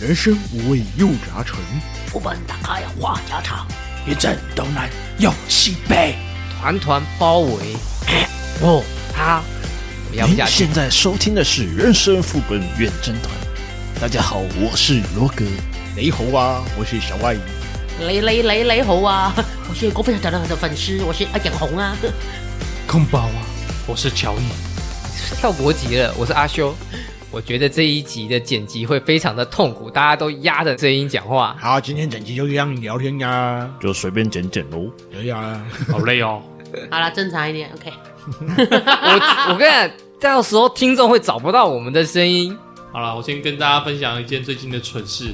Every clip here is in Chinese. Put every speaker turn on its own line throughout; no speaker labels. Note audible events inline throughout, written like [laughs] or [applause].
人生五味又杂陈，
副本打开话家常，一阵东南又西北。
团团包围，哦，他我要不
您
下去
现。在收听的是《人生副本远征团》，大家好，我是罗格。
雷猴啊，我是小外姨。
雷雷雷雷猴啊！ [laughs] 我是郭富城的粉丝，我是爱眼
[laughs]
红啊！
空包啊，我是乔伊。
跳国籍了，我是阿修。我觉得这一集的剪辑会非常的痛苦，大家都压着声音讲话。
好，今天整集就这样聊天啊呀，
就随便剪剪喽。
对呀，
好累哦。
好了，正常一点，OK。
我我 [laughs] 跟你讲，到时候听众会找不到我们的声音。
好了，我先跟大家分享一件最近的蠢事。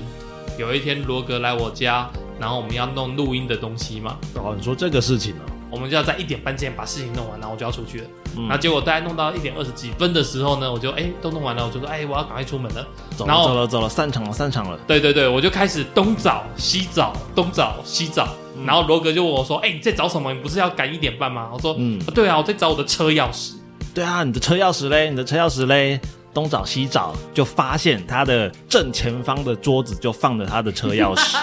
有一天罗格来我家，然后我们要弄录音的东西嘛，
哦，你说这个事情啊？
我们就要在一点半之前把事情弄完，然后我就要出去了。
嗯
然后结果大概弄到一点二十几分的时候呢，我就哎、都弄完了，我就说哎、我要赶快出门了。
走
然
了
后
走了走了，散场了散场了。
对对对，我就开始东找西找，东找西找。
嗯
然后罗格就问我说：“哎、你在找什么？你不是要赶一点半吗？”我说：“
嗯
啊对啊，我在找我的车钥匙。
对啊，你的车钥匙嘞？你的车钥匙嘞？东找西找，就发现他的正前方的桌子就放着他的车钥
[laughs]
匙，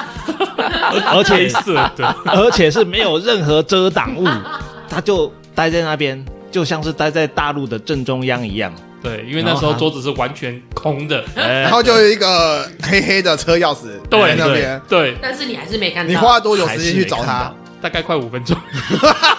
而而且
黑色的，
而且是没有任何遮挡物，他就待在那边，就像是待在大陆的正中央一样。
对，因为那时
然后
候
他
桌子是完全空的。
哎
然后就有一个黑黑的车
[laughs]
钥匙
对
哎在那边，
对，
但是你还是没看到，
你花了多久
还
时
是
间
没
去找
看
他
到？
大概快五分钟。
[laughs]
[laughs]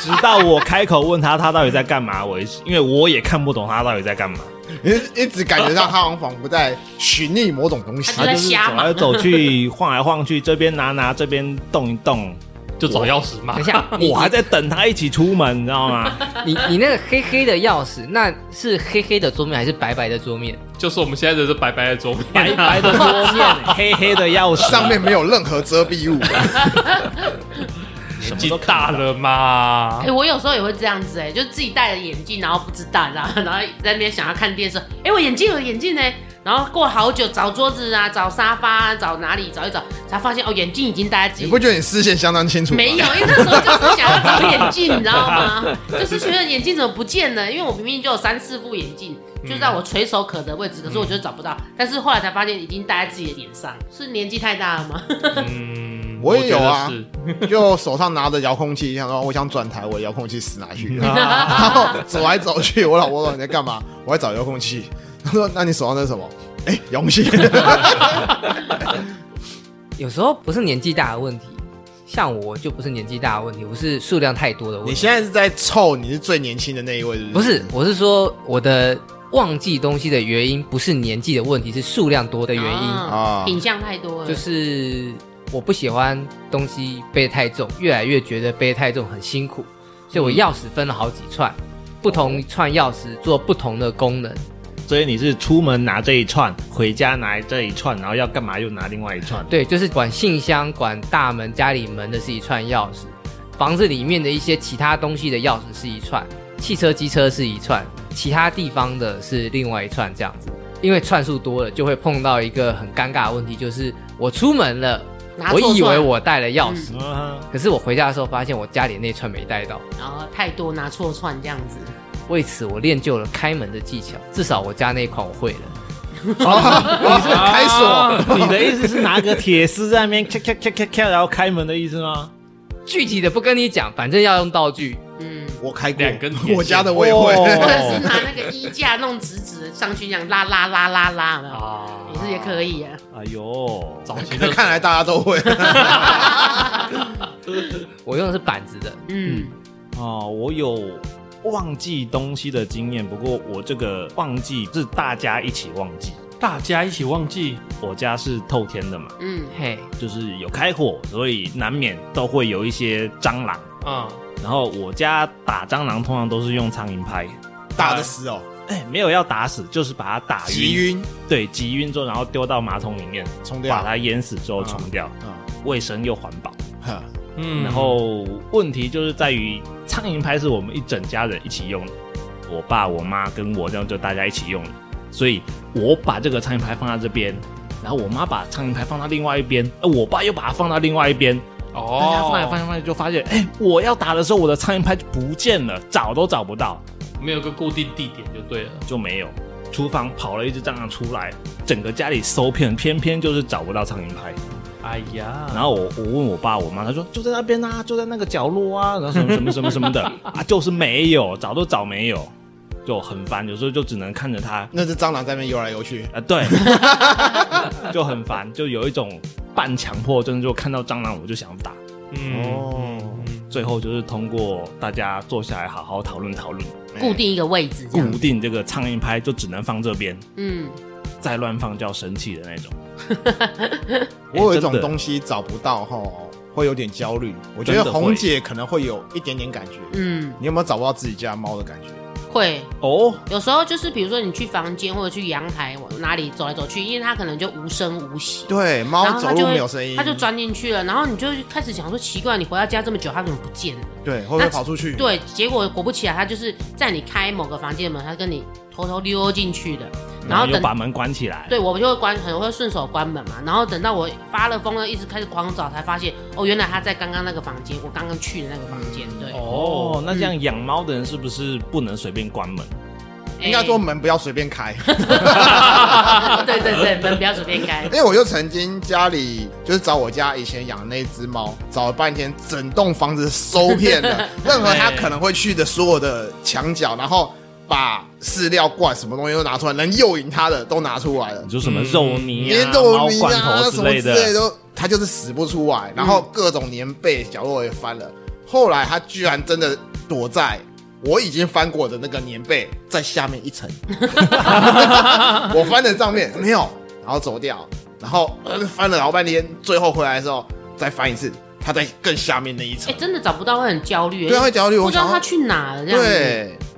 直到我开口问他他到底在干嘛为止，因为我也看不懂他到底在干嘛。
你一直感觉到他好像仿佛在寻觅某种东西
他。就在瞎
走来
忙。
走去， [laughs] 晃来晃去，这边拿拿，这边动一动。
就找钥匙嘛
等一。下，你
我还在等他一起出门，你知道吗？
你你那个黑黑的钥匙，那是黑黑的桌面还是白白的桌面？
就是我们现在的是白白的桌面，
白白
[laughs]
的桌面，黑黑的钥匙，
上面没有任何遮
[laughs]
蔽物，
什
年
么
纪
都
大
看不到。
了嘛
哎、。我有时候也会这样子、哎，就自己戴着眼镜，然后不知道，然后 [laughs] 然后在那边想要看电视，哎、我眼镜有眼镜呢、然后过好久找桌子啊，找沙发啊，找哪里找一找，才发现哦，眼镜已经戴在自
你
己
不觉得你视线相当清楚吗？
没有，因为那时候就是想要找眼镜，你知道吗？就是觉得眼镜怎么不见了？因为我明明就有三四副眼镜，就在我垂手可得位置，可是我就找不到。但是后来才发现已经戴在自己的脸上，是年纪太大了吗？
嗯，
我也有啊
我觉得是
就手上拿着遥控器，想说我想转台，我的遥控器死哪
[laughs]
去了？然后走来走去，我老婆说你在干嘛？我在找遥控器。她说那你手上那是什么？哎、遥控器。
有时候不是年纪大的问题，像我就不是年纪大的问题，我是数量太多的问题。
你现在是在凑你是最年轻的那一位，是
不
不是？
是，我是说我的忘记东西的原因不是年纪的问题，是数量多的原因，
[laughs]
啊
品相太多了，
就是我不喜欢东西背太重，越来越觉得背太重很辛苦，所以我钥匙分了好几串，不同串钥匙做不同的功能。
[laughs] 所以你是出门拿这一串，回家拿这一串，然后要干嘛又拿另外一串。
对，就是管信箱、管大门、家里门的是一串钥匙，房子里面的一些其他东西的钥匙是一串，汽车、机车是一串，其他地方的是另外一串这样子。因为串数多了，就会碰到一个很尴尬的问题，就是我出门了，
拿
我
错
以为
串，嗯
我带了钥
[laughs]
匙，
啊，
可是我回家的时候发现我家里那串没带到。
然后太多拿错串这样子。
为此，我练就了开门的技巧，至少我家那一款我会了。
你是不是哦开
哦
锁？
啊你的意思是拿个铁丝在那边咔咔咔咔咔，然后开门的意思吗？
具体的不跟你讲，反正要用道具。
嗯，
我开过
两根铁线
我家的我也会。
[laughs] 或者
哦
是拿那个衣架弄直直的上去，这样拉拉拉拉拉，有没有
啊，
也是也可以啊。
哎呦，
早期的
[laughs] 看来大家都会，
我用的是板子的，
嗯，
哦，我有忘记东西的经验，不过我这个忘记是大家一起忘记。
大家一起忘记，
我家是透天的嘛，
嗯，
嘿，
就是有开火，所以难免都会有一些蟑螂。
嗯，
然后我家打蟑螂通常都是用苍蝇拍，
打的死哦，
哎，没有要打死，就是把它打
急
晕，
晕
对，急晕之后，然后丢到马桶里面，
冲
把
掉。
它淹死之后冲掉，
嗯
卫生又环保。
哼
嗯
然后问题就是在于苍蝇拍是我们一整家人一起用的，我爸、我妈跟我这样就大家一起用的，所以我把这个苍蝇拍放在这边，然后我妈把苍蝇拍放到另外一边，呃我爸又把它放到另外一边，大家放来放
哦，
去放去就发现，哎、我要打的时候我的苍蝇拍就不见了，找都找不到，
没有个固定地点就对了。
就没有。厨房跑了一只蟑螂出来，整个家里搜遍，偏偏就是找不到苍蝇拍。
哎呀，
然后我我问我爸我妈，他说就在那边啊，就在那个角落啊，然后什么什么什么什么的啊，就是没有，找都找没有，就很烦，有时候就只能看着它
[laughs] 那只蟑螂在那边游来游去，
啊，对， [laughs] 就很烦，就有一种半强迫症，就看到蟑螂我就想打。
嗯
哦
嗯
最后就是通过大家坐下来好好讨论讨论，
哎
固定一个位置这样
固。定这个苍蝇拍就只能放这边，
嗯，
再乱放就要生气的那种。哎
我有一种
真的
东西找不到吼，会有点焦虑。我觉
真
得
的会
红姐可能会有一点点感觉。
嗯，
你有没有找不到自己家猫的感觉？
会
哦，
有时候就是比如说你去房间或者去阳台往哪里走来走去，因为它可能就无声无息。
对，
然
猫
后
走
它就
路
会
没有声音，
它就钻进去了，然后你就开始想说奇怪，你回到家这么久，它怎么不见了？
对，会不会跑出去？，
对，结果果不其然，它就是在你开某个房间的门，它跟你偷偷溜进去的，然后
又
等
把门关起来。
对，我们就会关，很会顺手关门嘛。然后等到我发了疯了，一直开始狂找，才发现哦，原来他在刚刚那个房间，我刚刚去的那个房间。对，
哦，那这样养猫的人是不是不能随便关门？
应该说
哎
门不要随便开。
[laughs] 对对对，门不要随便开
因。为我就曾经家里就是找我家以前养的那只猫，找了半天，整栋房子搜遍了任何它可能会去的所有的墙角，然后把饲料罐什么东西都拿出来，能诱引它的都拿出来了
你，说什么肉泥
连
啊、
肉
猫
泥
罐
啊什
头之
么
类
之
的， [laughs]
类都，它就是死不出来，然后各种棉被角落也翻了，后来它居然真的躲在。我已经翻过的那个棉被在下面一层，我翻了上面没有，然后走掉，然后、呃、翻了老半天，最后回来的时候再翻一次，它在更下面那一
哎、
层。
真的找不到会很焦虑，
对啊，会焦虑。
不
我
知道
想
他
要
去哪了，这样子，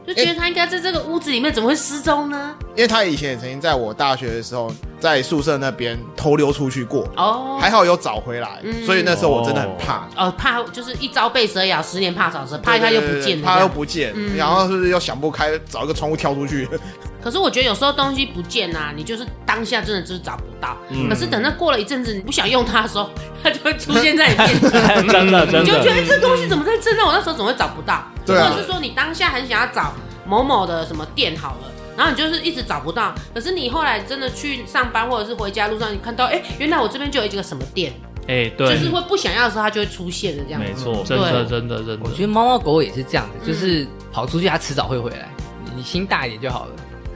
对，
就觉得他应该在这个屋子里面，怎么会失踪呢？
因为它以前也曾经在我大学的时候，在宿舍那边偷溜出去过，
哦，
还好有找回来，
嗯
所以那时候我真的很怕。
哦，怕就是一朝被蛇咬，十年怕草绳，怕一
它
下又不见了。
怕又不见，
嗯
然后是不是又想不开，找一个窗户跳出去？
可是我觉得有时候东西不见啊，你就是当下真的就是找不到。
嗯
可是等到过了一阵子，你不想用它的时候，它就会出现在
[laughs]
你面前，
真的真
你就觉
的。
得这东西怎么在这？那我那时候怎么会找不到？
对啊
或者是说你当下很想要找某某的什么店好了。然后你就是一直找不到，可是你后来真的去上班或者是回家路上，你看到哎，原来我这边就有一个什么店，
哎，
就
对，
是会不想要的时候它就会出现的这样
没
子。
错，
真的
对
真的真
我
的
觉得猫猫狗狗也是这样
嗯
的，就是跑出去它迟早会回来，你你心大一点就好了。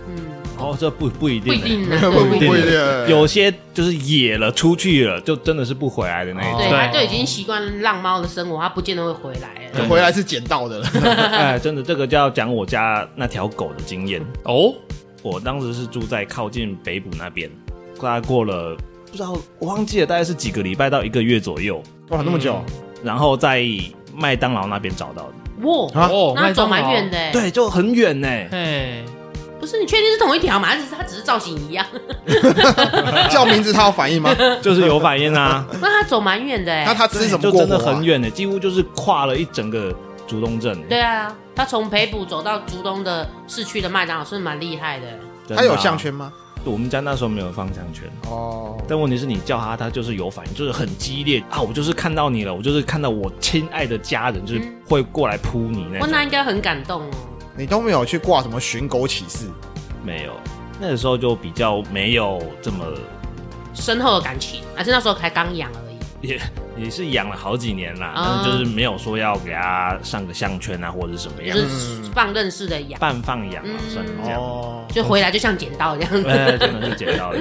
嗯，
哦，这不不一
不
定
一
欸，
定啊呢，
不
对
不
定
一定，
有些就是野了出去了，就真的是不回来的那一种。
对，
对
它就已经习惯浪猫的生活，它不见得会回来了。
回来是捡到的了。
[laughs] 哎，真的，这个就要讲我家那条狗的经验。
哦，
我当时是住在靠近北捕那边，大概过了不知道我忘记了，大概是几个礼拜到一个月左右，
哇，那么久，
然后在麦当劳那边找到的。
哇，
啊
哦，
那走蛮远
的，
的、欸。，
对，就很远欸呢、
哎，
不是你确定是同一条吗？还是它只是造型
[laughs]
一样？
[laughs] 叫名字它有反应
[laughs]
吗？
就是有反应啊。
那它走蛮远的、欸。
那它吃什么
就
过
真的
活啊
很？远呢、几乎就是跨了一整个竹东镇、欸。
对啊，它从北埔走到竹东的市区的麦当劳，是蛮厉害的、
真的
它
啊
有项，圈吗？
我们家那时候没有放项圈。
哦，
但问题是你叫它，它就是有反应，就是很激烈啊！我就是看到你了，我就是看到我亲爱的家人，就是
嗯
会过来扑你那
哇，
种。
那应该很感动哦。
你都没有去挂什么寻狗启事，
没有，那个时候就比较没有这么，
深厚的感情，还是那时候才刚养而已。
也也是养了好几年啦，
啊
但
哦
是就是没有说要给它上个项圈啊，或者是什么
就
样，
是放任式的养，
半放养啊，算是这样。
哦，
就回来就像剪刀这样子。
呃，真的是捡到的。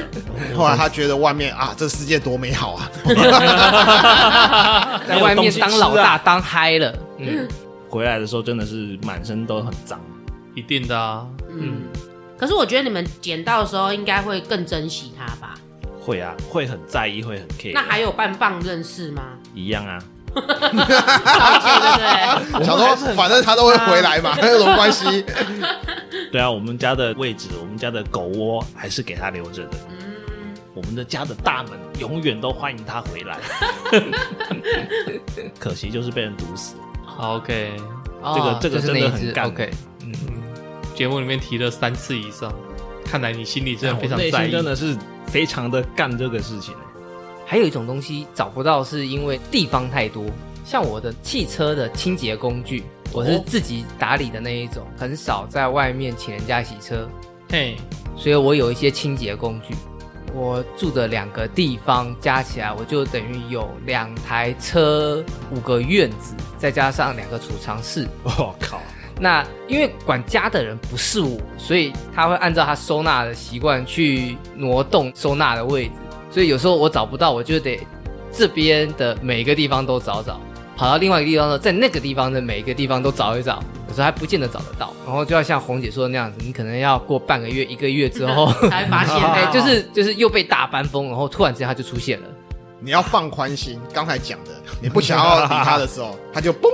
后来他觉得外面啊，这世界多美好
[laughs]
啊！
啊
在 [laughs] 外面当老大当嗨了，嗯，
回来的时候真的是满身都很脏，
一定的啊，
嗯，可是我觉得你们捡到的时候应该会更珍惜它吧？
会啊，会很在意，会很 care。
嗯那还有办放任式吗？
一样啊，
了解对不
[laughs]
对？
想说反正他都会回来嘛，有什么关系？ [laughs]
对啊，我们家的位置，我们家的狗窝还是给它留着的。
嗯，
我们的家的大门永远都欢迎它回
[laughs]
来，可惜就是被人毒死。
好，OK，
这个
哦
这个
就是
真的
那一只
很干
OK，
嗯节目里面提了三次以上，看来你心里真的非常
哎我内
在
心
意，
真的是非常的干这个事情、
还有一种东西找不到，是因为地方太多。像我的汽车的清洁工具，
哦
我是自己打理的那一种，很少在外面请人家洗车。
嘿，
所以我有一些清洁工具。我住的两个地方加起来，我就等于有两台车、五个院子，再加上两个储藏室。
哦
我靠，
那因为管家的人不是我，所以他会按照他收纳的习惯去挪动收纳的位置。所以有时候我找不到，我就得这边的每个地方都找找，跑到另外一个地方呢，在那个地方的每一个地方都找一找，有时候还不见得找得到。然后就要像红姐说的那样子，你可能要过半个月、一个月之后，
才会发现
哎、
它，
就是就是又被大班风，然后突然之间它就出现了。
你要放宽心，刚才讲的，你不想要理他的时候，他就嘣，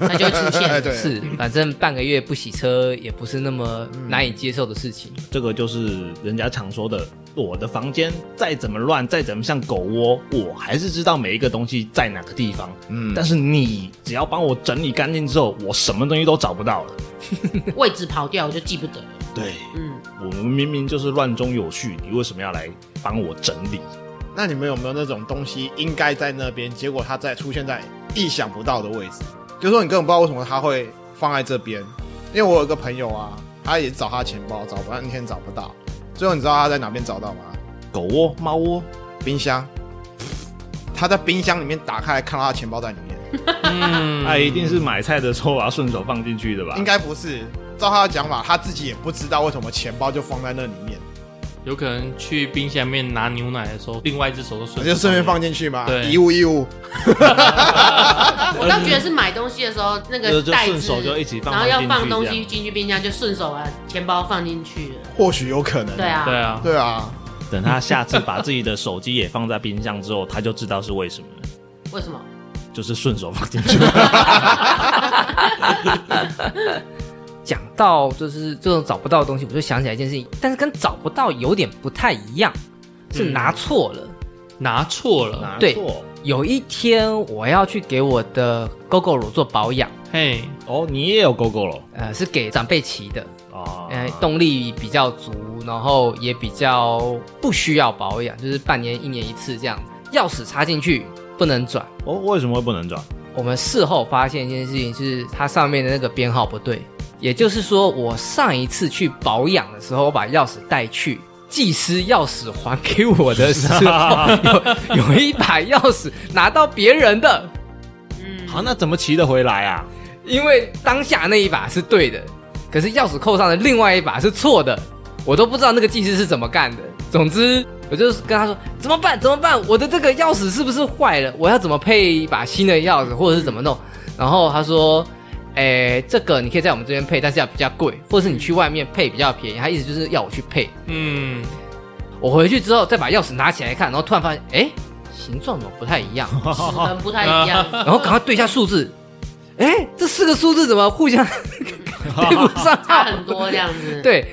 它就会出现。
对，
是，反正半个月不洗车也不是那么难以接受的事情。
这个就是人家常说的，我的房间再怎么乱，再怎么像狗窝，我还是知道每一个东西在哪个地方。
嗯
但是你只要帮我整理干净之后，我什么东西都找不到了。
位置跑掉我就记不得了。
对，
嗯，
我们明明就是乱中有序，你为什么要来帮我整理？
那你们有没有那种东西应该在那边，结果它在出现在意想不到的位置？就是说你根本不知道为什么它会放在这边。因为我有一个朋友啊，他也找他钱包，找半天找不到，最后你知道他在哪边找到吗？
狗窝、猫窝，
冰箱。他在冰箱里面打开来，看到他钱包在里面，
嗯
那、哎一定是买菜的时候把它顺手放进去的吧？
应该不是。照他的讲法，他自己也不知道为什么钱包就放在那里面，
有可能去冰箱里面拿牛奶的时候，另外一只手都顺，
就顺便放进去嘛。
对
遗物遗物，
我倒觉得是买东西的时候那
就
个
就
袋
顺
子
手，就一起放，
然后要放东
进去
西进去冰箱，就顺手把钱包放进去了。
或许有可能。
嗯
对，啊，
对啊，
对啊，
这样。等他下次把自己的手机也放在冰箱之后，他就知道是为什么了，
为什么？
就是顺手放进去。
讲到就是这种找不到的东西，我就想起来一件事情，但是跟找不到有点不太一样，是拿错了。
拿错了，
拿
对
错
有一天我要去给我的 GoGo 乳做保养，
嘿，
哦，你也有狗狗了
呃，是给长辈骑的，
哦，
呃，动力比较足，然后也比较不需要保养，就是半年一年一次这样。钥匙插进去不能转，
哦，为什么会不能转？
我们事后发现一件事情是它上面的那个编号不对，也就是说我上一次去保养的时候，我把钥匙带去。技师钥匙还给我的时候，有有一把钥匙拿到别人的，
嗯，
好，那怎么骑得回来啊？
因为当下那一把是对的，可是钥匙扣上的另外一把是错的，我都不知道那个技师是怎么干的。总之，我就是跟他说怎么办？怎么办？我的这个钥匙是不是坏了？我要怎么配一把新的钥匙，或者是怎么弄？然后他说，诶，这个你可以在我们这边配，但是要比较贵，或者是你去外面配比较便宜。他意思就是要我去配。
嗯，
我回去之后再把钥匙拿起来看，然后突然发现，哎诶，形状怎么不太一样？
齿轮嗯不太一样。
[laughs]
然后赶快对一下数字，哎，这四个数字怎么互相 [laughs] 对不上
[laughs]
号？
差很多这样子。，
对，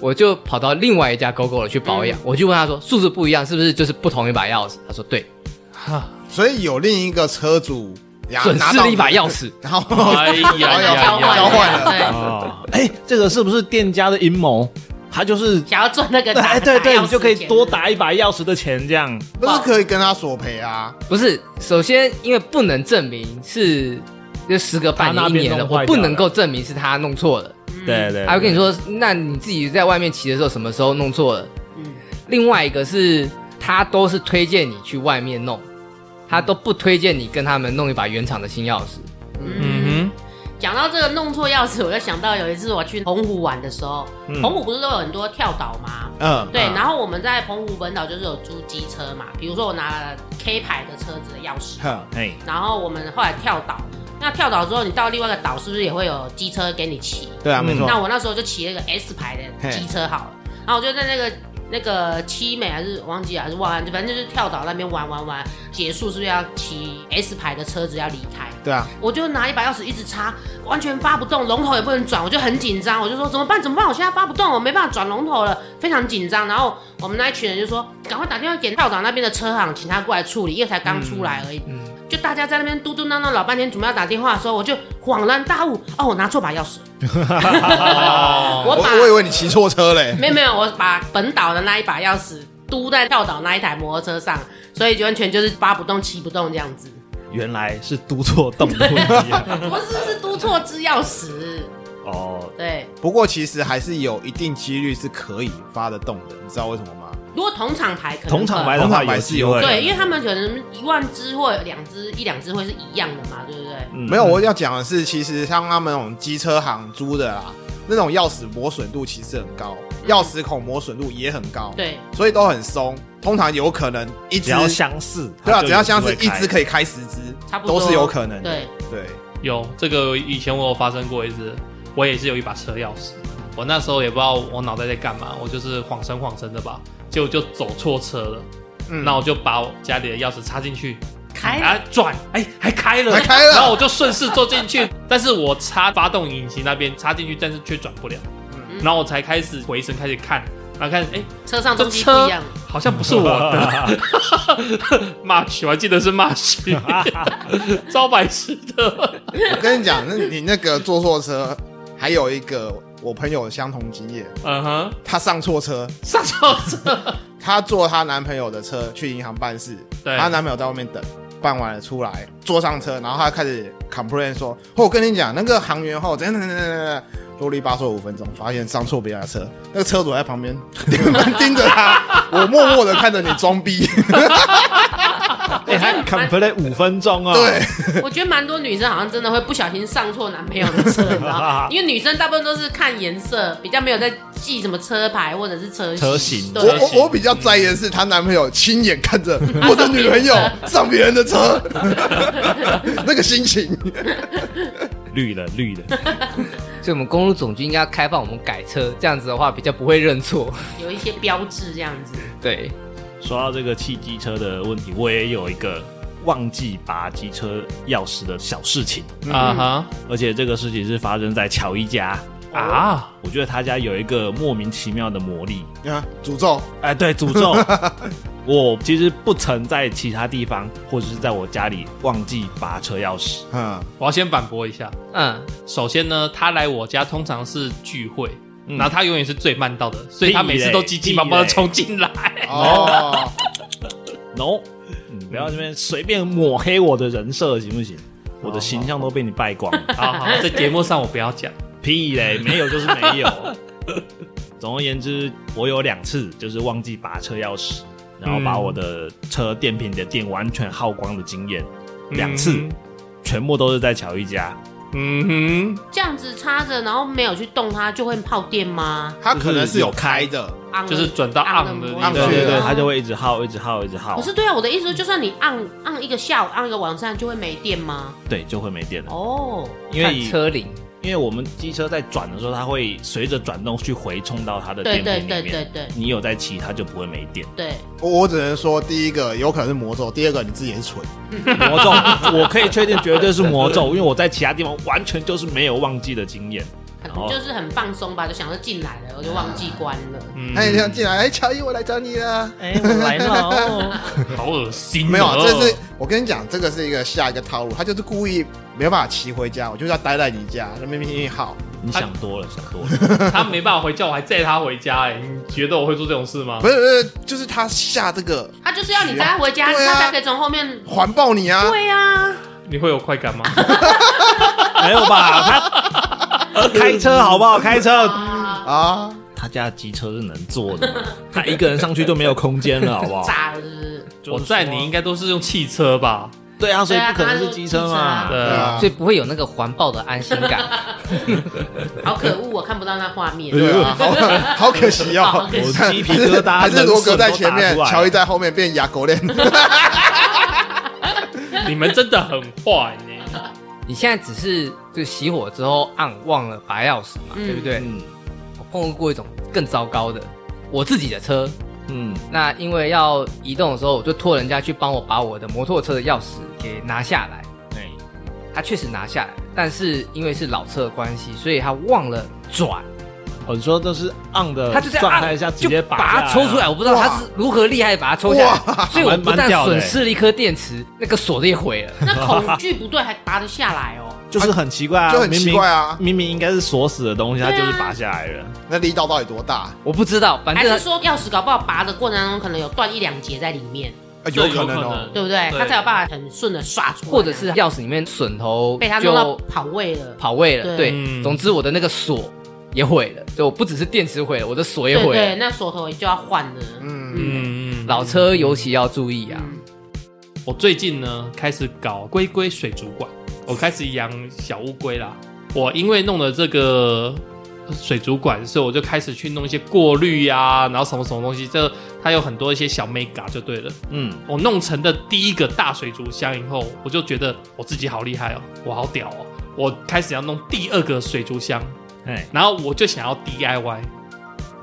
我就跑到另外一家 GoGo 了去保
嗯
养，我就问他说数字不一样，是不是就是不同一把钥匙？他说对，
哈，
所以有另一个车主
啊
拿
损
拿
失
到
了一把钥匙。
[laughs] 然后
哎呀呀
交
呀，
交换
换
了
了，
哦，哎，这个是不是店家的阴谋？他就是
对，，想要赚那个打
哎，对对，你就可以多。
打钥匙
打
钱
一把钥匙的钱，这样
不是可以跟他索赔啊？
不是，首先因为不能证明是。就时隔半
他那
年、一
边
年了，
弄坏
我不
掉
能
了
够证明是他弄错了。
嗯
对对。
他会跟你
对，
说，那你自己在外面骑的时候，什么时候弄错了？
嗯，
另外一个是，他都是推荐你去外面弄，他都不推荐你跟他们弄一把原厂的新钥匙。
嗯
讲到这个弄错钥匙，我就想到有一次我去澎湖玩的时候，
嗯
澎湖不是都有很多跳岛吗？
嗯，
对，
嗯
然后我们在澎湖本岛就是有租机车嘛，比如说我拿了 K 牌的车子的钥匙，
哼
哎，
然后我们后来跳岛，那跳岛之后你到另外一个岛是不是也会有机车给你骑？
对啊，
嗯
没错。
那我那时候就骑了一个 S 牌的机车好了，然后我就在那个那个七美还是我忘记了还是万安，反正就是跳岛那边玩玩玩，结束是不是要骑 S 牌的车子要离开？
对啊，
我就拿一把钥匙一直插，完全发不动，龙头也不能转，我就很紧张，我就说怎么办怎么办？我现在发不动，我没办法转龙头了，非常紧张。然后我们那一群人就说，赶快打电话给跳岛那边的车行，请他过来处理，因为才刚出来而已。就大家在那边嘟嘟囔囔老半天，准备要打电话的时候，我就恍然大悟，哦，我拿错把钥匙了。
哦，
我
我
把
我以为你骑错车嘞。
没有没有，我把本岛的那一把钥匙嘟在跳岛那一台摩托车上，所以完全就是发不动、骑不动这样子。 [laughs]
原来是嘟错洞的问题啊。
不是，是嘟错支钥匙。
哦，
对，
不过其实还是有一定几率是可以发得动的，你知道为什么吗？
如果同场牌可能
同场白
会
的
同
话
场白
有
是
机
有
会，
对，因为他们可能一万只或两只一两只会是一样的嘛，对不对？
嗯
没有，我要讲的是，其实像他们那种机车行租的啦，那种钥匙磨损度其实很高，钥匙孔磨损度也很高，，
嗯对，
所以都很松。通常有可能一
只
只，
要相似，
对啊，
它就有
只要像是
机
一
会开
只可以开十只，
差不多
都是有可能的。
对，
对，
有这个以前我有发生过一次，我也是有一把车钥匙，我那时候也不知道我脑袋在干嘛，我就是晃神晃神的吧，结果就走错车了，
嗯
那我就把我家里的钥匙插进去，
开了
啊转，哎、还开了，
还开
[laughs]
了
然后我就顺势坐进去，但是我插发动引擎那边插进去，但是却转不了，
嗯
然后我才开始回神开始看，然后看，哎、
车上
这
东西不
车
一样。
好像不是我
[laughs]
[laughs] 的，March，我还记得是 [laughs] March，招白痴的，
[laughs] 我跟你讲，那你那个坐错车，还有一个我朋友相同经验，
嗯哼，
她上错车，
上错车。
她坐她男朋友的车去银行办事，
对
她男朋友在外面等，办完了出来，坐上车，然后她开始 complain 说：“哦，我跟你讲，那个航员后等等等等等等，啰里吧嗦五分钟，发现上错别人的车，那个车主在旁边 [laughs] 盯着他，我默默的看着你装逼。
[laughs] 哎，还 complete 五分钟哦，
对，
我觉得蛮多女生好像真的会不小心上错男朋友的车，你知道吗？因为女生大部分都是看颜色，比较没有在记什么车牌或者是车
车型
我
对，啊
我我比较在意的是她男朋友亲眼看着我的女朋友上别人的车， [laughs] 那个心情。”
[laughs] 绿的绿的，
所以我们公路总局应该要开放我们改车，这样子的话比较不会认
[laughs]
错。
有一些标志这样子。
对，
说到这个汽机车的问题，我也有一个忘记拔机车钥匙的小事情，
啊哈
而且这个事情是发生在乔伊家。
啊！
我觉得他家有一个莫名其妙的魔力，
啊，诅咒，
哎，对，诅 [laughs] 咒。我其实不曾在其他地方或者是在我家里忘记拔车钥匙，
嗯，
我要先反驳一下。
嗯，
首先呢，他来我家通常是聚会，
嗯
然后他永远是最慢到的，所以他每次都急急忙忙的冲进来。
哦，
no，、嗯、不要这边随便抹黑我的人设行不行？我的形象都被你败光 [laughs] 了。
[laughs]
啊
好好，在节目上我不要讲。
屁嘞，没有就是没有。 [laughs] 总而言之，我有两次就是忘记拔车钥匙，然后把我的车电瓶的电完全耗光的经验，两次全部都是在乔伊家。
嗯哼，
这样子插着，然后没有去动它，就会泡电吗？
他可能是有开的，
昂
就是转到 on 的
摩哦
地
擦
方
对对对，哦
嗯
它就会一直耗，一直耗，一直耗
可，是对啊，我的意思说，就算你按按一个下午，按一个晚上，就会没电吗？
对，就会没电了。
哦，
因为
看车龄，
因为我们机车在转的时候，它会随着转动去回冲到它的
对
电
对
瓶里
对对
面。
对
你有在骑，它就不会没电。
对，
我我只能说，第一个有可能是魔咒，第二个你自己也是蠢。
魔咒， [laughs] 我可以确定绝对是魔咒，因为我在其他地方完全就是没有忘记的经验。
很
哦
就是很放松吧，就想着进来了，我就忘记关了。
嗯，
那你这样进来，哎，乔伊，我来找你了。
哎、我来了。
好恶心哦。
没有啊，这是我跟你讲，这个是一个下一个套路，他就是故意没有办法骑回家，我就是要待在你家，那边命好。
你想多了，想多了。
他没办法回家，我还载他回家。哎，你觉得我会做这种事吗
不？是不是，就是他下这个
他就是要你再回家，
对啊
他才可以从后面。
环抱你啊，
对呀，
你会有快感
[laughs]
吗？
[laughs] 没有吧？他开车好不好？开
[laughs]
车。
啊，
啊，
他家的机车是能坐的吗，他一个人上去就没有空间了，好不好？
[laughs] 炸了是不是？
啊
我载你应该都是用汽车吧？
对啊，所以
对啊
不可能是机车嘛。
他
对
对啊
啊，
[laughs] 所以不会有那个环抱的安心
[laughs]
感。
好可恶，我看不到那画面。
对啊，好可好可惜
好
哦
可。惜
我鸡皮疙瘩，
还是罗格在前面
人，
乔伊
生都打出来
在后面变哑狗脸。
啊
[laughs]
你们真的很坏
啊
呢。
你现在只是就熄火之后按忘了拔钥匙嘛，
嗯
对不对？
嗯
我碰过一种更糟糕的，我自己的车，
嗯，
那因为要移动的时候，我就托人家去帮我把我的摩托车的钥匙给拿下来。
哎，
他确实拿下来，但是因为是老车的关系，所以他忘了转，
哦你说都是 on 的
他就在
状态
按
下啊直
就
接
把它抽出来。我不知道他是如何厉害把它抽下来，所以我
蛮
不但
蛮屌的
损
欸
失了一颗电池，那个锁的也毁了。
那恐惧不对，还拔得下来哦。
就是很奇怪啊，
就很奇怪啊
明明明明应该是锁死的东西，它
对啊
就是拔下来了。
那力道到底多大？
我不知道，反
还
正
是说钥匙搞不好拔的过程当中可能有断一两节在里面，
哎、啊，
这
可能
能
哦。
对不对？
对
他才有办法很顺的刷出来啊，
或者是钥匙里面榫头
被他弄到
就
跑位了，
跑位了。对，
对
嗯
总之我的那个锁也毁了，就我不只是电池毁了，我的锁也
对
毁
对，
了。
那锁头就要换了。
嗯，
嗯，
嗯嗯，
老车尤其要注意啊，
嗯
我最近呢开始搞龟龟水族馆，我开始养小乌龟啦。我因为弄了这个水族馆，所以我就开始去弄一些过滤呀、然后什么什么东西，这它有很多一些小 mega 就对了。
嗯，
我弄成的第一个大水族箱以后，我就觉得我自己好厉害哦，我好屌哦，我开始要弄第二个水族箱，
哎
然后我就想要 DIY，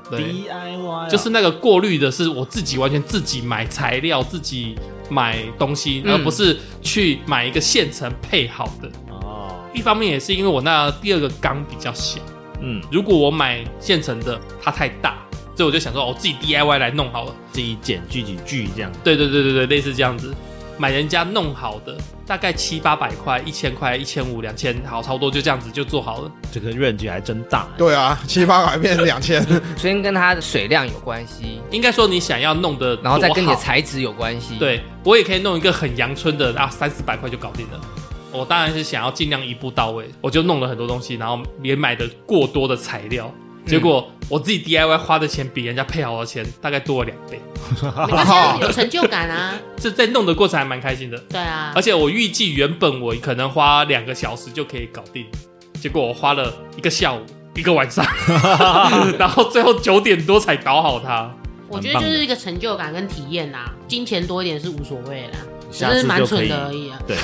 对
，DIY 啊
就是那个过滤的是我自己完全自己买材料，自己买东西，
嗯
而不是去买一个现成配好的。
哦，
一方面也是因为我那第二个缸比较小，
嗯，
如果我买现成的，它太大，所以我就想说，哦我自己 DIY 来弄好了。
自己剪锯几锯这样，
对对对对对，类似这样子，买人家弄好的，大概七八百块、一千块、一千五、两千，好，差不多就这样子就做好了。
这个 range 还真大。
对啊，七八百变两千，
首先跟它的水量有关系，
应该说你想要弄的，
然后再跟你的材质有关系。，
对我也可以弄一个很阳春的啊，三四百块就搞定了。我当然是想要尽量一步到位，我就弄了很多东西，然后也买的过多的材料，
嗯
结果我自己 DIY 花的钱比人家配好的钱大概多了两倍，
[laughs]
没关系啊，有成就感啊，
这在弄的过程还蛮开心的。
[laughs]
对啊
而，且我预计原本我可能花两个小时就可以搞定，结果我花了一个下午、一个晚上， [laughs] 然后最后九点多才搞好它。
我觉得就是一个成就感跟体验啦，金钱多一点是无所谓啦，只
下次
是蛮
就可
蠢
以
的而已啊。
对，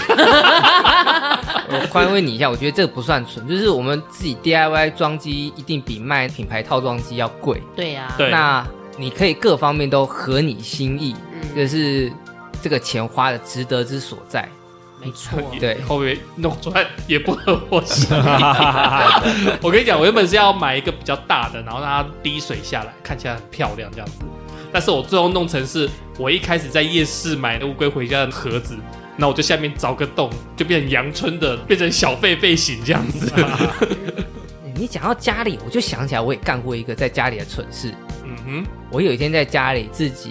我宽慰你一下，我觉得这个不算蠢，就是我们自己 DIY 装机一定比卖品牌套装机要贵。
对啊，
对
那你可以各方面都合你心意，
嗯
这是这个钱花的值得之所在。
没
[laughs]
错，
对
后面弄出来也不合我心意。我跟你讲，我原本是要买一个比较大的，然后让它滴水下来，看起来很漂亮这样子。但是我最后弄成是，我一开始在夜市买乌龟回家的盒子，那我就下面凿个洞，就变成阳春的，变成小狒狒型这样子。
你讲到家里，我就想起来我也干过一个在家里的蠢事。
嗯哼，
我有一天在家里自己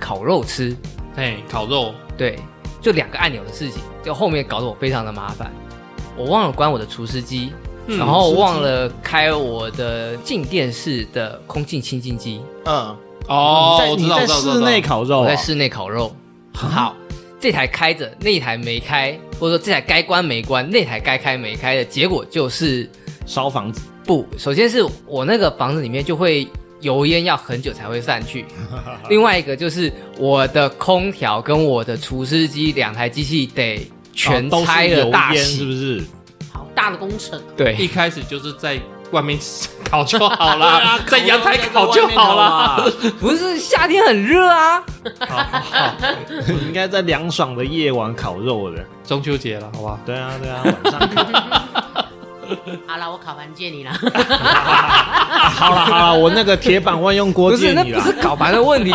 烤肉吃，
哎，烤肉，
对，就两个按钮的事情，就后面搞得我非常的麻烦。我忘了关我的除湿机，
嗯
然后忘了开我的静电式的空气清净机，
嗯，
哦，我
你
知
在你在
道，我知道
室内，烤肉
我
啊
在室内烤肉。好，这台开着，那台没开，或者说这台该关没关，那台该开没开的结果就是
烧房子，
不，首先是我那个房子里面就会油烟要很久才会散
[laughs]
去，另外一个就是我的空调跟我的除湿机两台机器得全
哦都是
拆了
油
大
烟
洗，
是不
[laughs]
是？
好大的工程，
我知道
对 [laughs]
一开始就是在外 [laughs] 面烤就好啦，在阳台烤啊就好啦。
啦，
不是夏天很热啊，
好好好，
应该在凉爽的夜晚烤肉的。
中秋节了，好吧。
对啊，对啊，晚上
[laughs]
烤。
好啦，我考完借你啦。 [laughs]
啊好了好了，我那个铁板万用锅
不是
借
那
你
不
啦
是。烤盘的问题，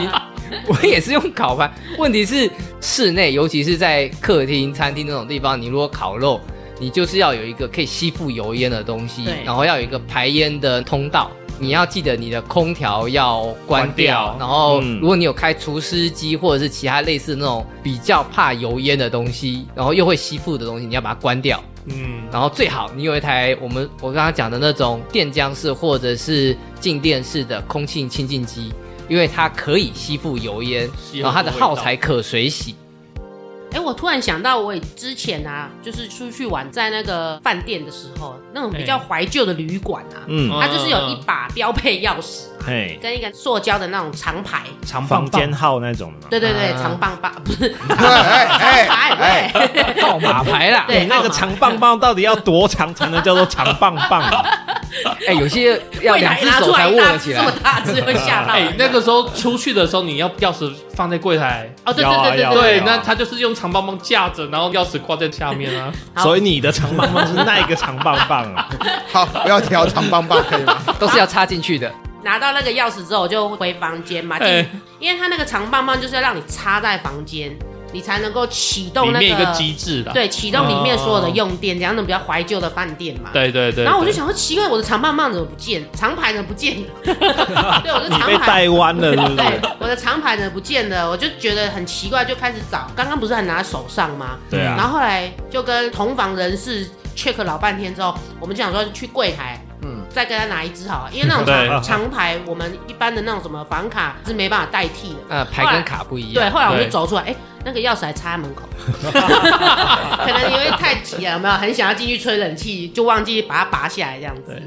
我也是用烤盘，问题是室内，尤其是在客厅、餐厅这种地方，你如果烤肉。你就是要有一个可以吸附油烟的东西
对，
然后要有一个排烟的通道。你要记得你的空调要关
关掉
然后
嗯
如果你有开除湿机或者是其他类似那种比较怕油烟的东西，然后又会吸附的东西，你要把它关掉。
嗯，
然后最好你有一台我们我刚刚讲的那种电浆式或者是静电式的空气清净机，因为它可以吸附油烟，
吸
然
很多
后它的耗
味道
材可水洗。
哎、我突然想到，我之前啊，就是出去玩，在那个饭店的时候，那种比较怀旧的旅馆啊，
嗯，
哦
嗯
它就是有一把标配钥匙，
嘿，
跟一个塑胶的那种长牌，
长房间号那种的嘛。
对对对，
啊
长棒棒，不是
哎哎
牌，
哎哎，
对，
号码牌啦，
对
你那个长棒棒到底要多长才能叫做长棒棒啊？
哎，有些 [laughs] 要
柜
两
台
只
拿
手
出
才
来
握
一大
得
只
起
这
来
么。大只会吓
[laughs]
到
哎
人，，
那个时候出去的时候，你要钥匙放在柜台。
哦，对
要啊
对对
要啊
对
对，那他就是用长棒棒架着，然后钥匙挂在下面啊。
好
所以你的长棒棒是那一个长棒棒
[laughs]
啊？
好，不要挑长棒棒可以吗？
都是要插进去的，
拿到那个钥匙之后，我就回房间嘛，就
哎
因为它那个长棒棒就是要让你插在房间，你才能够启动
里
[laughs] 那
面一个机制啊啦。
对，启动里面所有的用电，这样的比较怀旧的饭店嘛。。
对对对。
然后我就
对，
想说，奇怪，我的长棒棒怎么不见？
[laughs]
长牌怎么不见了？对，我的
你
长
被
牌
带弯了，是不
对
是？，
我的长牌呢不见了，我就觉得很奇怪，就开始找。刚刚不是还拿在手上吗？
对
然
啊，
后后来就跟同房人士 check 老半天之后，我们就想说去柜台，嗯
嗯，
再跟他拿一支好了，因为那种
对
长长牌，我们一般的那种什么房卡是没办法代替的。
呃，牌跟卡不一
对，
样。
后来我们就
[laughs] 对
走出来，哎、那个钥匙还插在门
[laughs]
口，可能因为太急了，有没有很想要进去吹冷气，就忘记把它拔下来这样子。
对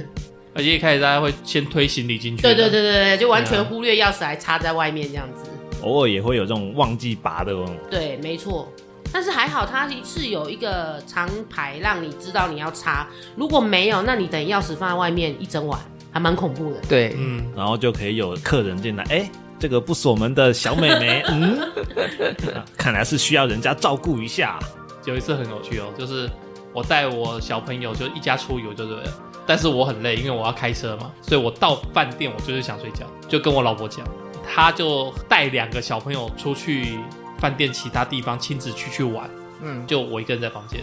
而且一开始大家会先推行李进去。
对对对。对对，就完
对
全
啊
忽略钥匙还插在外面这样子。
偶尔也会有这种忘记拔的哦。
对，没错。但是还好，它是有一个长牌让你知道你要插，如果没有，那你等钥匙放在外面一整晚，还蛮恐怖的。
对，
嗯，
然后就可以有客人进来，哎、这个不锁门的小妹
[laughs]
妹，嗯，啊看来是需要人家照顾一下。啊
有一次很有趣哦，就是我带我小朋友就一家出游就对了，但是我很累，因为我要开车嘛，所以我到饭店我就是想睡觉，就跟我老婆讲，她就带两个小朋友出去饭店其他地方亲子区去玩。
嗯，
就我一个人在房间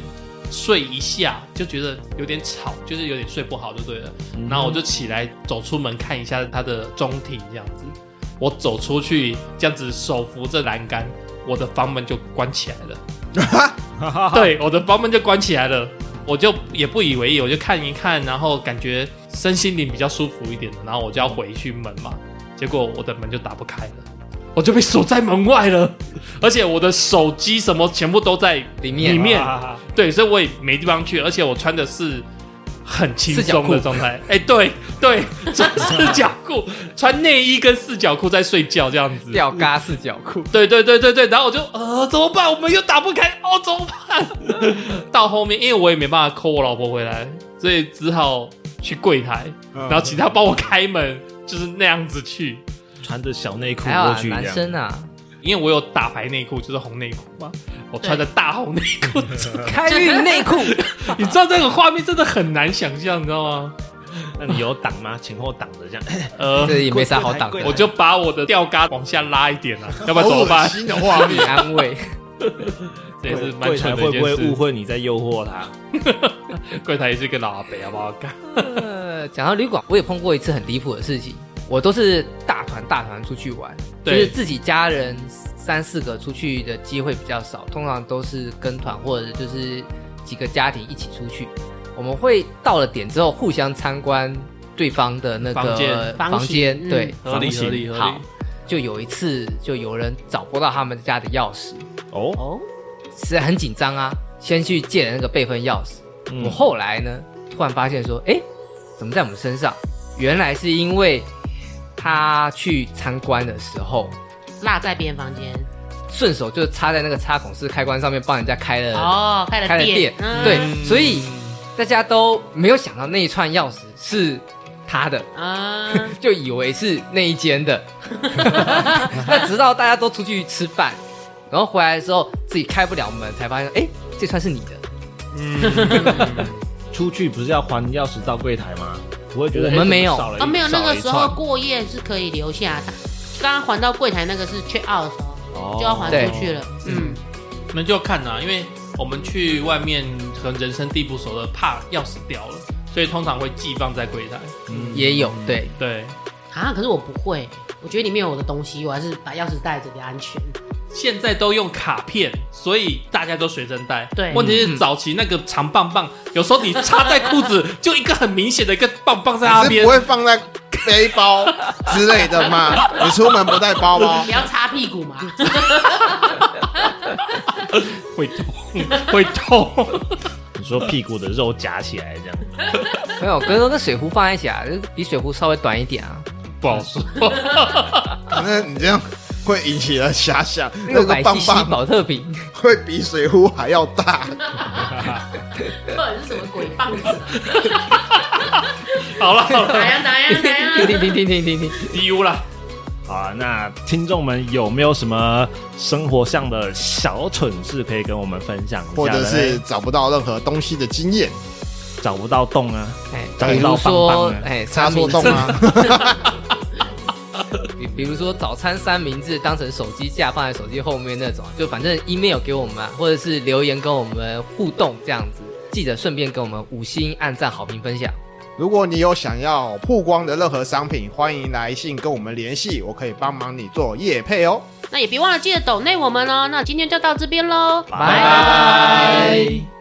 睡一下，就觉得有点吵，就是有点睡不好就对了。然后我就起来走出门看一下它的中庭这样子，我走出去这样子手扶着栏杆，我的房门就关起来了。
啊
对，我的房门就关起来了。我就也不以为意，我就看一看，然后感觉身心灵比较舒服一点了，然后我就要回去门嘛，结果我的门就打不开了，我就被锁在门外了， [laughs] 而且我的手机什么全部都在
里面
里面，
啊
对，所以我也没地方去，而且我穿的是很轻
四角
松
裤
的状态。哎、对对，穿四角裤，穿内衣跟四角裤在睡觉这样子。
吊嘎四角裤。
对对对对对，然后我就呃怎么办？我们又打不开哦，怎么办？
[laughs]
到后面因为我也没办法扣我老婆回来，所以只好去柜台，
嗯
然后请他帮我开门，就是那样子去。
穿着小内裤
还好
过
啊，
去，
男
这样
生啊，
因为我有打牌内裤，就是红内裤嘛，我穿着大红内裤走，
开运内
[laughs]
裤，
你知道这个画面真的很难想象，你知道吗？
那你有挡吗？前后挡着这样，
呃，
这也没啥好挡
柜
的。
台
我就把我的吊杆往下拉一点啊，要不然怎么
好恶
哦
办？
心的画
你
面，
安慰，
这也是蛮
柜台
蠢的一
会不
件
会误
事。
会你在诱惑他？
柜台也是一个老阿伯，好不好？干
呃，讲到旅馆，我也碰过一次很离谱的事情。我都是大团大团出去玩，就
对
是自己家人三四个出去的机会比较少，通常都是跟团或者就是几个家庭一起出去。我们会到了点之后互相参观对方的那个
房间
房
房间
型嗯
对。
合理
房型
合理合
好
理。，
就有一次就有人找不到他们家的钥匙，
哦，
哦，是很紧张啊，先去借了那个备份钥匙。我后来呢，突然发现说，哎，怎么在我们身上？原来是因为他去参观的时候，
落在别人房间，
顺手就插在那个插孔式开关上面，帮人家开了。
哦，开了
开了
店
店，对所以大家都没有想到那一串钥匙是他的，
啊，
就以为是那一间的。那直到大家都出去吃饭，然后回来的时候自己开不了门，才发现，哎，这串是你的。
嗯
出去不是要还钥匙到柜台吗？不会觉得哎
我们没有
啊，没有那个时候过夜是可以留下的，刚刚还到柜台那个是 check out 的时
哦
候就要还出
哦
去了，嗯，
那就要看呐、因为我们去外面可能人生地不熟的，怕钥匙掉了，所以通常会寄放在柜台。
嗯
也有对，
对，
啊，可是我不会，我觉得里面有我的东西，我还是把钥匙带着比较安全。
现在都用卡片，所以大家都随身带。
对
问题是早期那个长棒棒，有时候你插在裤子，就一个很明显的一个棒棒在那
你是
边
不。会放在背包之类的吗？你出门不带包
哦
包
不？要擦屁股嘛， [laughs]
会痛，会痛。
你说屁股的肉夹起来这样，
没有，可是说跟水壶放在一起啊，就比水壶稍微短一点啊。
不好说，
反正你这样会引起了遐想，
那
那
个
个
百
棒
西西
棒
保特瓶，
会比水壶还要大。
到底是什么鬼棒子、啊？
[laughs] 好了好
打
了，
呀打呀打
停
[laughs]
呀！
停停停停停停，
丢了。
好啊，那听众们有没有什么生活上的小蠢事可以跟我们分享一下的呢？
或者是找不到任何东西的经验，
找不到洞啊？
哎，
长
比
得
如
老棒
说
棒的
哎，
插啊
三
错
明
洞
治，
啊，
比比如说早餐三明治当成手机架放在手机后面那种，就反正 email 给我们啊，或者是留言跟我们互动这样子，记得顺便给我们五星按赞、好评、分享。
如果你有想要曝光的任何商品，欢迎来信跟我们联系，我可以帮忙你做业配哦。
那也别忘了记得抖内我们哦。那今天就到这边喽，
拜拜。